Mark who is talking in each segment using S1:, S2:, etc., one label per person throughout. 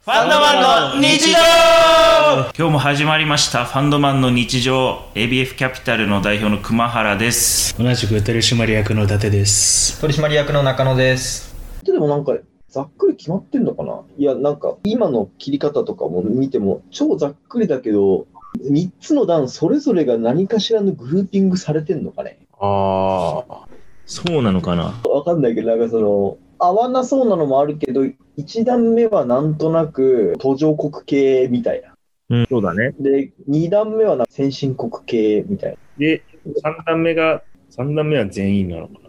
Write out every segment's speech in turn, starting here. S1: ファンドマンの日常
S2: 今日も始まりましたファンドマンの日常 ABF キャピタルの代表の熊原です
S3: 同じく取締役の伊達です。
S4: 取締役の中野です。
S5: でもなんか、ざっくり決まってんのかないや、なんか、今の切り方とかも見ても、超ざっくりだけど、3つの段それぞれが何かしらのグルーピングされてんのかね
S1: ああ。
S2: そうなのかな
S5: わかんないけど、なんかその、合わなそうなのもあるけど、1段目はなんとなく途上国系みたいな。
S2: うんそうだね
S5: で、2段目はなんか先進国系みたいな。
S6: で、3段目が、三段目は全員なのかな。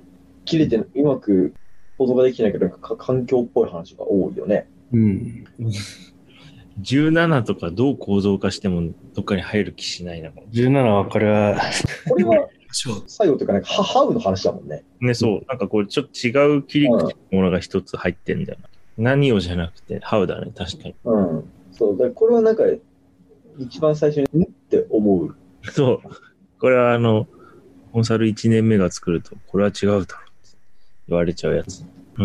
S5: 切れてないうまく想像ができてないけど、なんか環境っぽい話が多いよね。
S3: うん。
S6: 17とかどう構造化してもどっかに入る気しないな。
S3: 17はこれは、
S5: これは
S3: そう。
S5: 最後というか、なんか、母うの話だもんね。
S6: ね、そう。なんかこれちょっと違う切り口のものが一つ入ってんだよな。何をじゃなくて、ハウだね、確かに。
S5: うん。そう、だからこれはなんか、一番最初に、んって思う。
S6: そう。これはあの、コンサル1年目が作ると、これは違うだろうって言われちゃうやつ。うー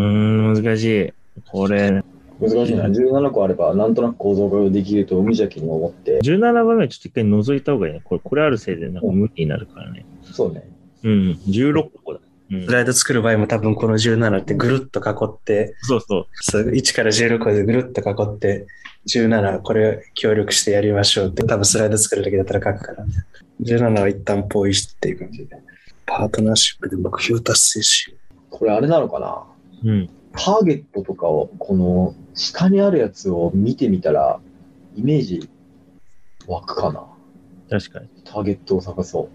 S6: ん、難しい。これ、
S5: 難しいな。17個あれば、なんとなく構造化ができると無邪気に思って。
S6: 17番目はちょっと一回覗いた方がいいね。これ、これあるせいでなんか無理になるからね。
S5: そうね。
S6: うん、16個だ。うん
S3: ス、ライド作る場合も多分この17ってぐるっと囲って、
S6: そうそう。
S3: そう1から16までぐるっと囲って、17これ協力してやりましょうって、多分スライド作るだけだったら書くから。17は一旦ポイしてっていう感じで。パートナーシップで目標達成し。
S5: これあれなのかな
S6: うん。
S5: ターゲットとかを、この、下にあるやつを見てみたら、イメージ、湧くかな。
S6: 確かに。
S5: ターゲットを探そう。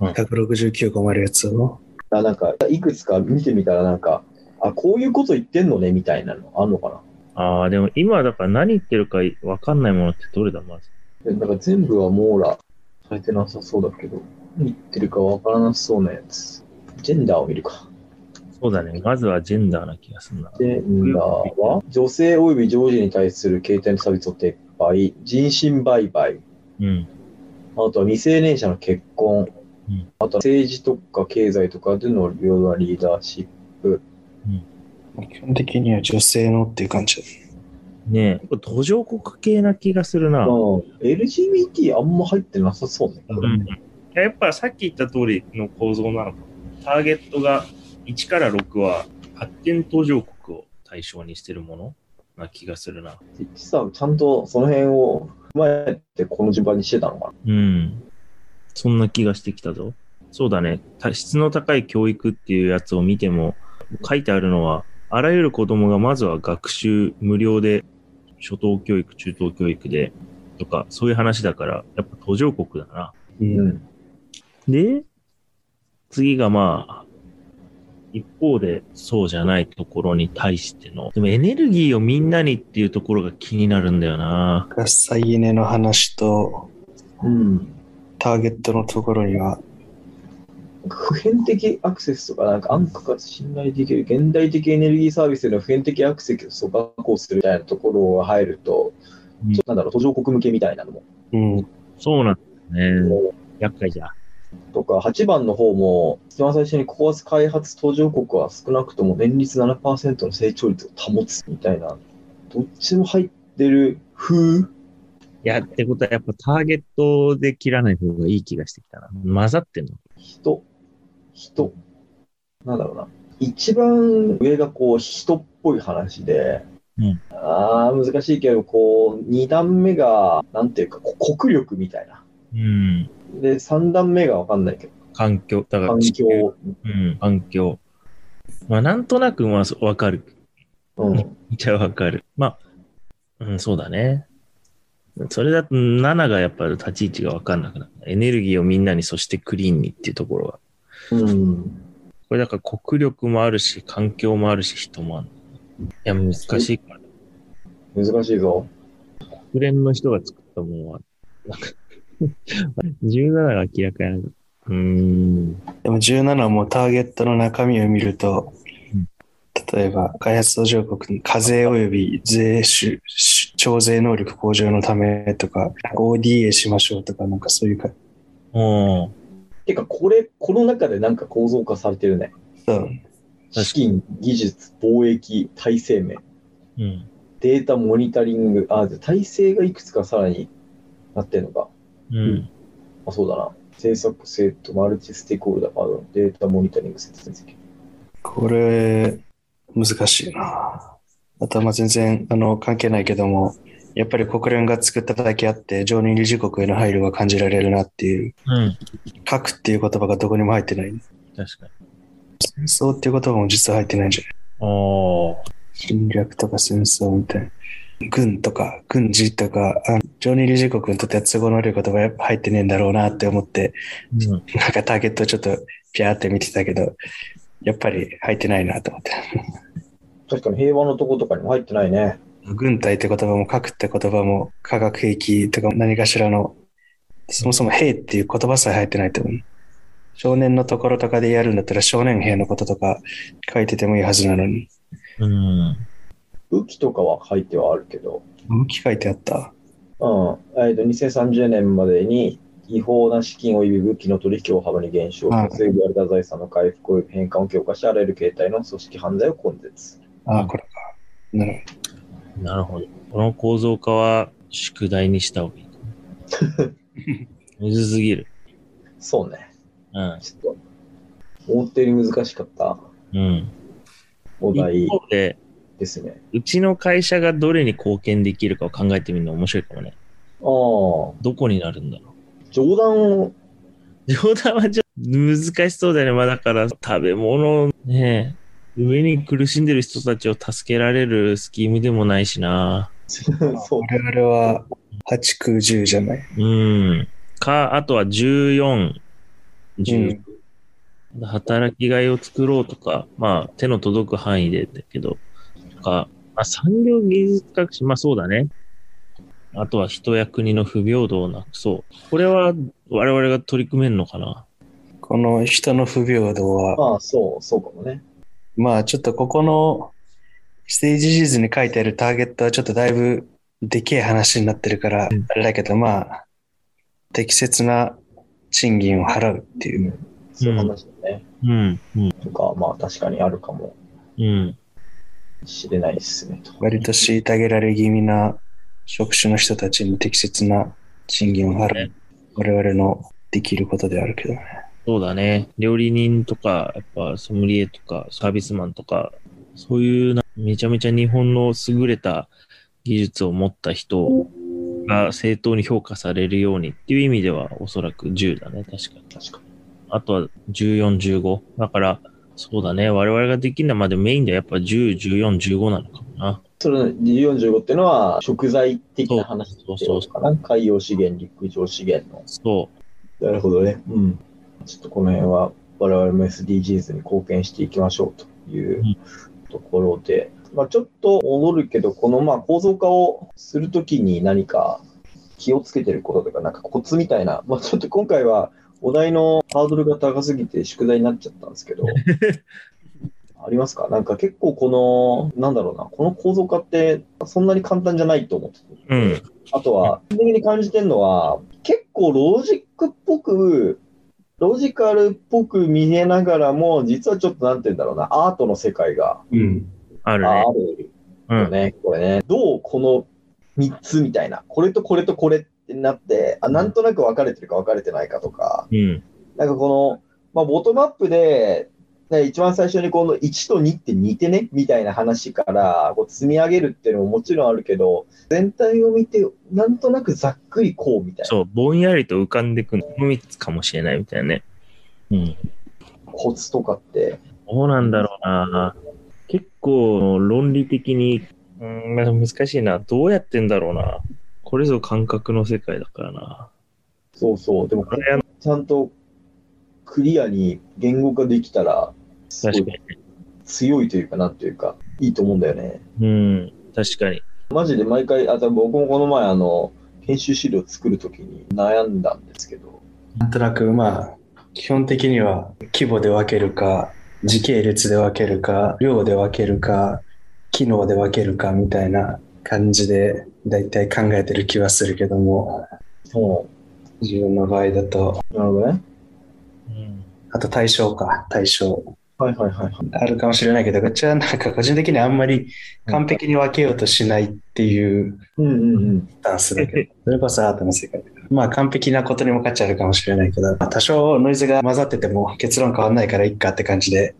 S3: 169個もあるやつを。
S5: あなんか、いくつか見てみたら、なんか、あ、こういうこと言ってんのね、みたいなの、あんのかな。
S6: ああ、でも今だから何言ってるか分かんないものってどれだ、まず。
S5: でなんか全部は網羅されてなさそうだけど、何言ってるかわからなそうなやつ。ジェンダーを見るか。
S6: そうだね。まずはジェンダーな気がするな。
S5: ジェンダーは、女性及び常時に対する携帯の差別を撤廃、人身売買、
S6: うん。
S5: あとは未成年者の結婚、
S6: うん
S5: あとは政治とか経済とかでの両なリーダーシッ
S3: 基本的には女性のっていう感じ
S6: ねえ。これ途上国系な気がする
S5: プ。
S6: な。
S5: LGBT あんま入ってなさそうね。
S6: うん。やっぱさっき言った通りの構造なのか。ターゲットが1から6は発展途上国を対象にしてるものな気がするな。
S5: 実はちゃんとその辺を踏まえてこの順番にしてたのかな。
S6: うん。そんな気がしてきたぞ。そうだね。た質の高い教育っていうやつを見ても、書いてあるのは、あらゆる子供がまずは学習無料で、初等教育、中等教育で、とか、そういう話だから、やっぱ途上国だな。
S3: うん
S5: うん。
S6: で、次がまあ、一方でそうじゃないところに対しての、でもエネルギーをみんなにっていうところが気になるんだよな。
S3: が再エネの話と、
S5: うん。
S3: ターゲットのところには、
S5: 普遍的アクセスとか、なんか安価かつ信頼できる現代的エネルギーサービスへの普遍的アクセスを確保するみたいなところが入ると、
S6: うん
S5: ちょっとなんだろう、途上国向けみたいなのも。
S3: うん、
S6: そうなんだよね。厄介じゃん。
S5: とか、8番の方も、一番最初に高圧開発途上国は少なくとも年率7%の成長率を保つみたいな、どっちも入ってる風
S6: いや、ってことはやっぱターゲットで切らない方がいい気がしてきたな。混ざってんの
S5: 人、人、なんだろうな。一番上がこう人っぽい話で、
S6: うん
S5: ああ、難しいけど、こう、二段目が、なんていうか、こう国力みたいな。
S6: うん。
S5: で、三段目がわかんないけど、
S6: 環境、だから
S5: 環
S6: 地球。
S5: 境、
S6: うん、環境。まあなんとなくまあそわかる。
S5: うん、
S6: じゃあわかる。まあ、うん、そうだね。それだと7がやっぱり立ち位置がわかんなくなる。エネルギーをみんなに、そしてクリーンにっていうところが。
S5: うん、
S6: これだから国力もあるし、環境もあるし、人もある。いや、難しいから。
S5: 難しいぞ。
S6: 国連の人が作ったものは、なんか17が明らかやな。うーん。
S3: でも17もターゲットの中身を見ると
S6: うん、
S3: 例えば開発途上国に課税及び税収、し徴税能力向上のためとか、ODA しましょうとか、なんかそういうか、
S6: おー
S5: てか、これ、この中でなんか構造化されてるね。
S3: そう
S6: かに
S5: 資金、技術、貿易、体制面。
S6: うん。
S5: データモニタリング、あ、で体制がいくつかさらになってるのか。
S6: うん。
S5: あ、そうだな。政策性とマルチステークホルダーカードのデータモニタリング説明責
S3: これ、難しいな。頭全然あの関係ないけども、やっぱり国連が作っただけあって、常任理事国への配慮が感じられるなっていう、
S6: うん。
S3: 核っていう言葉がどこにも入ってない。
S6: 確かに。
S3: 戦争っていう言葉も実は入ってないんじゃない
S6: ああ。
S3: 侵略とか戦争みたいな。軍とか軍事とか、あ常任理事国にとっては都合の悪い言葉はやっぱ入ってねえんだろうなって思って、
S6: うん。
S3: なんかターゲットをちょっとピャーって見てたけど、やっぱり入ってないなと思って。
S5: 確かに平和のとことかにも入ってないね。
S3: 軍隊って言葉も核って言葉も化学兵器とか何かしらの、そもそも兵っていう言葉さえ入ってないと思う。少年のところとかでやるんだったら少年兵のこととか書いててもいいはずなのに。
S6: うん。
S5: 武器とかは書いてはあるけど、
S3: 武器書いてあった。
S5: うん。えっと、2030年までに違法な資金及び武器の取引を大幅に減少、
S3: はい
S5: 防ぐあれた財産の回復及び返還を強化し、あらゆる形態の組織犯罪を根絶。
S3: ああ、これか。なる
S6: なるほど。この構造化は宿題にした方がいい。むずすぎる。
S5: そうね。
S6: うん。
S5: ちょっと、思ったより難しかった
S6: うん。
S5: お題
S6: 一方で、
S5: ですね。
S6: うちの会社がどれに貢献できるかを考えてみるの面白いかもね。
S5: ああ。
S6: どこになるんだろ
S5: 冗談を、
S6: う。冗談はちょっと難しそうだよね。まあだから食べ物ね、上に苦しんでる人たちを助けられるスキームでもないしな。
S3: ほど。
S5: そう。
S3: 我々は8、9、10じゃない。
S6: うん。か、あとは14、10、働きがいを作ろうとか、まあ手の届く範囲でだけど、とか、まあ産業技術革新、まあそうだね。あとは人や国の不平等をなくそう。これは我々が取り組めるのかな
S3: この人の不平等は、
S5: ああ、そう、そうかもね。
S3: まあちょっとここのステージシーズンに書いてあるターゲットはちょっとだいぶでけえ話になってるから、あれだけどまあ、適切な賃金を払うっていう。
S5: そういう話だね。
S6: うん、うん、
S5: とか、まあ確かにあるかも
S6: うん、
S5: しれないですね。と
S3: 割と虐げられ気味な職種の人たちに適切な賃金を払う。我々のできることであるけどね。
S6: そうだね。料理人とか、やっぱソムリエとか、サービスマンとか、そういうなめちゃめちゃ日本の優れた技術を持った人が正当に評価されるようにっていう意味では、おそらく10だね、確かに。
S5: 確かに。
S6: あとは14、15。だから、そうだね。我々ができるのは、まあでもメインではやっぱ10、14、15なのかもな。
S5: それ、45っていうのは、食材的な話って
S6: そうそ
S5: こ
S6: う
S5: とかな。海洋資源、陸上資源の。
S6: そ
S5: なるほどね。うん。ちょっとこの辺は、我々も SDGs に貢献していきましょうという
S6: うん
S5: ところで、まあ、ちょっと戻るけど、このまあ構造化をするときに何か気をつけてることとか、なんかコツみたいな、まあ、ちょっと今回はお題のハードルが高すぎて宿題になっちゃったんです けど、ありますかなんか結構この、なんだろうな、この構造化ってそんなに簡単じゃないと思ってて
S6: う。うん。
S5: あとは、基本的に感じてるのは、結構ロジックっぽく、ロジカルっぽく見えながらも、実はちょっとなんて言うんだろうな、アートの世界が
S3: うん。
S6: あ
S5: あ
S6: るね。
S5: る
S6: う
S5: よ
S6: ん。
S5: ね、これね。どうこの3つみたいな、これとこれとこれってなって、あなんとなく分かれてるか分かれてないかとか、
S6: うん。
S5: なんかこの、まあ、ボトムアップで、ね一番最初にこの1と2って似てねみたいな話からこう積み上げるっていうのももちろんあるけど全体を見てなんとなくざっくりこうみたいな
S6: そう。ぼんやりと浮かんでくるのみかもしれないみたいなね。うん。
S5: コツとかって、
S6: どうなんだろうな。結構論理的に、うん、まあ難しいな。どうやってんだろうな。これぞ感覚の世界だからな。
S5: そうそう、でも
S6: これは
S5: ちゃんとクリアに言語化できたら、すご
S6: 確
S5: い
S6: か
S5: 強いというか、なんというか、いいと思うんだよね。
S6: に。うん。確かに。
S5: マジで毎回、あ、多分僕もこの前、あの、編集資料作るときに悩んだんですけど、
S3: なんとなくまあ、基本的には規模で分けるか、時系列で分けるか、量で分けるか、機能で分けるかみたいな感じで大体考えてる気はするけども、
S5: も
S3: 自分の場合だと、
S5: う、なるほどね。
S6: うん。
S3: あと対象か、対象。
S5: はいはいはいはい。
S3: あるかもしれないけど、うちはなんか個人的にあんまり完璧に分けようとしないっていう
S5: うんうんうん。
S3: スタンスだけど、それこそアートの世界だからまあ完璧なことにも価値あるかもしれないけど、多少ノイズが混ざってても結論変わんないからいっかって感じで、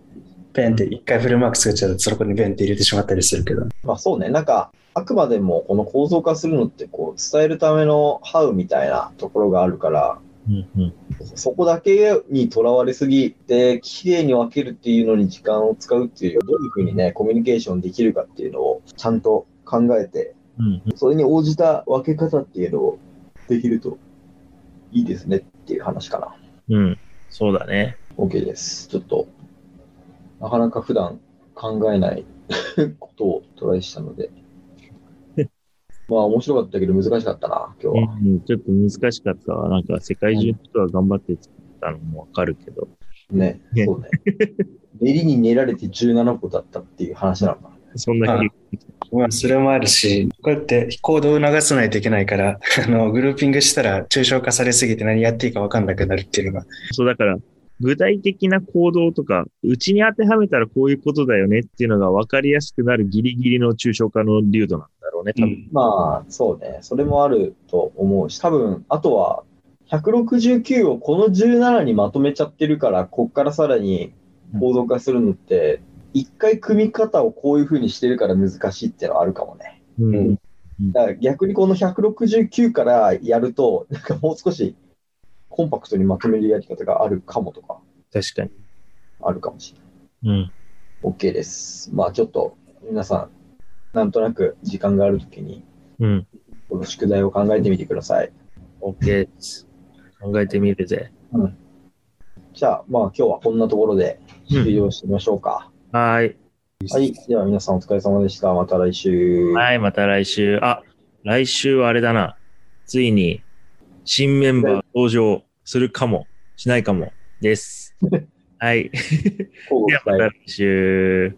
S3: ペンって一回フルマーク作っちゃうとそこにペンって入れてしまったりするけど、
S5: まあそうね、なんか、あくまでもこの構造化するのって、こう、伝えるためのハウみたいなところがあるから、
S6: うんうん
S5: そこだけにとらわれすぎて、綺麗に分けるっていうのに時間を使うっていう、どういうふうにね、コミュニケーションできるかっていうのをちゃんと考えて、
S6: うんうん
S5: それに応じた分け方っていうのをできるといいですねっていう話かな。
S6: うん、そうだね。
S5: OK です。ちょっと、なかなか普段考えない ことをトライしたので。 まあ面白かったけど難しかったな、今
S6: う
S5: 日は。
S6: ん、ちょっと難しかったわ。なんか世界中の人は頑張って作ったのもわかるけど。
S5: ね、
S6: ね
S5: そうね。練りに練られて17個だったっていう話なのかな。
S6: そんな気が
S3: まあ、それもあるし、こうやって行動を促さないといけないから、あの、グルーピングしたら抽象化されすぎて何やっていいか分かんなくなるっていうのが、
S6: そうだから、具体的な行動とか、うちに当てはめたらこういうことだよねっていうのが分かりやすくなるギリギリの抽象化の流度なんだろうね、多分。
S5: まあ、そうね。それもあると思うし、多分、あとは、169をこの17にまとめちゃってるから、こっからさらに構造化するのって、一回組み方をこういう風にしてるから難しいっていうのはあるかもね。
S6: うん
S3: うん
S5: だから逆にこの169からやると、なんかもう少しコンパクトにまとめるやり方があるかもとか、
S6: 確かに。
S5: あるかもしれない。
S6: うん。
S5: OK です。まあちょっと皆さん、なんとなく時間があるときに、
S6: うん。
S5: この宿題を考えてみてください。
S6: OK です。考えてみるぜ。
S5: じゃあ、まあ今日はこんなところで終了してみましょうか。
S6: はーい。
S5: はい。では皆さんお疲れ様でした。また来週。
S6: はい、また来週。あ、来週はあれだな。ついに、新メンバー登場するかも、 しないかも、です。はい。
S5: 交
S6: で
S5: 互
S6: は
S5: 期
S6: ま
S5: 待
S6: た来週。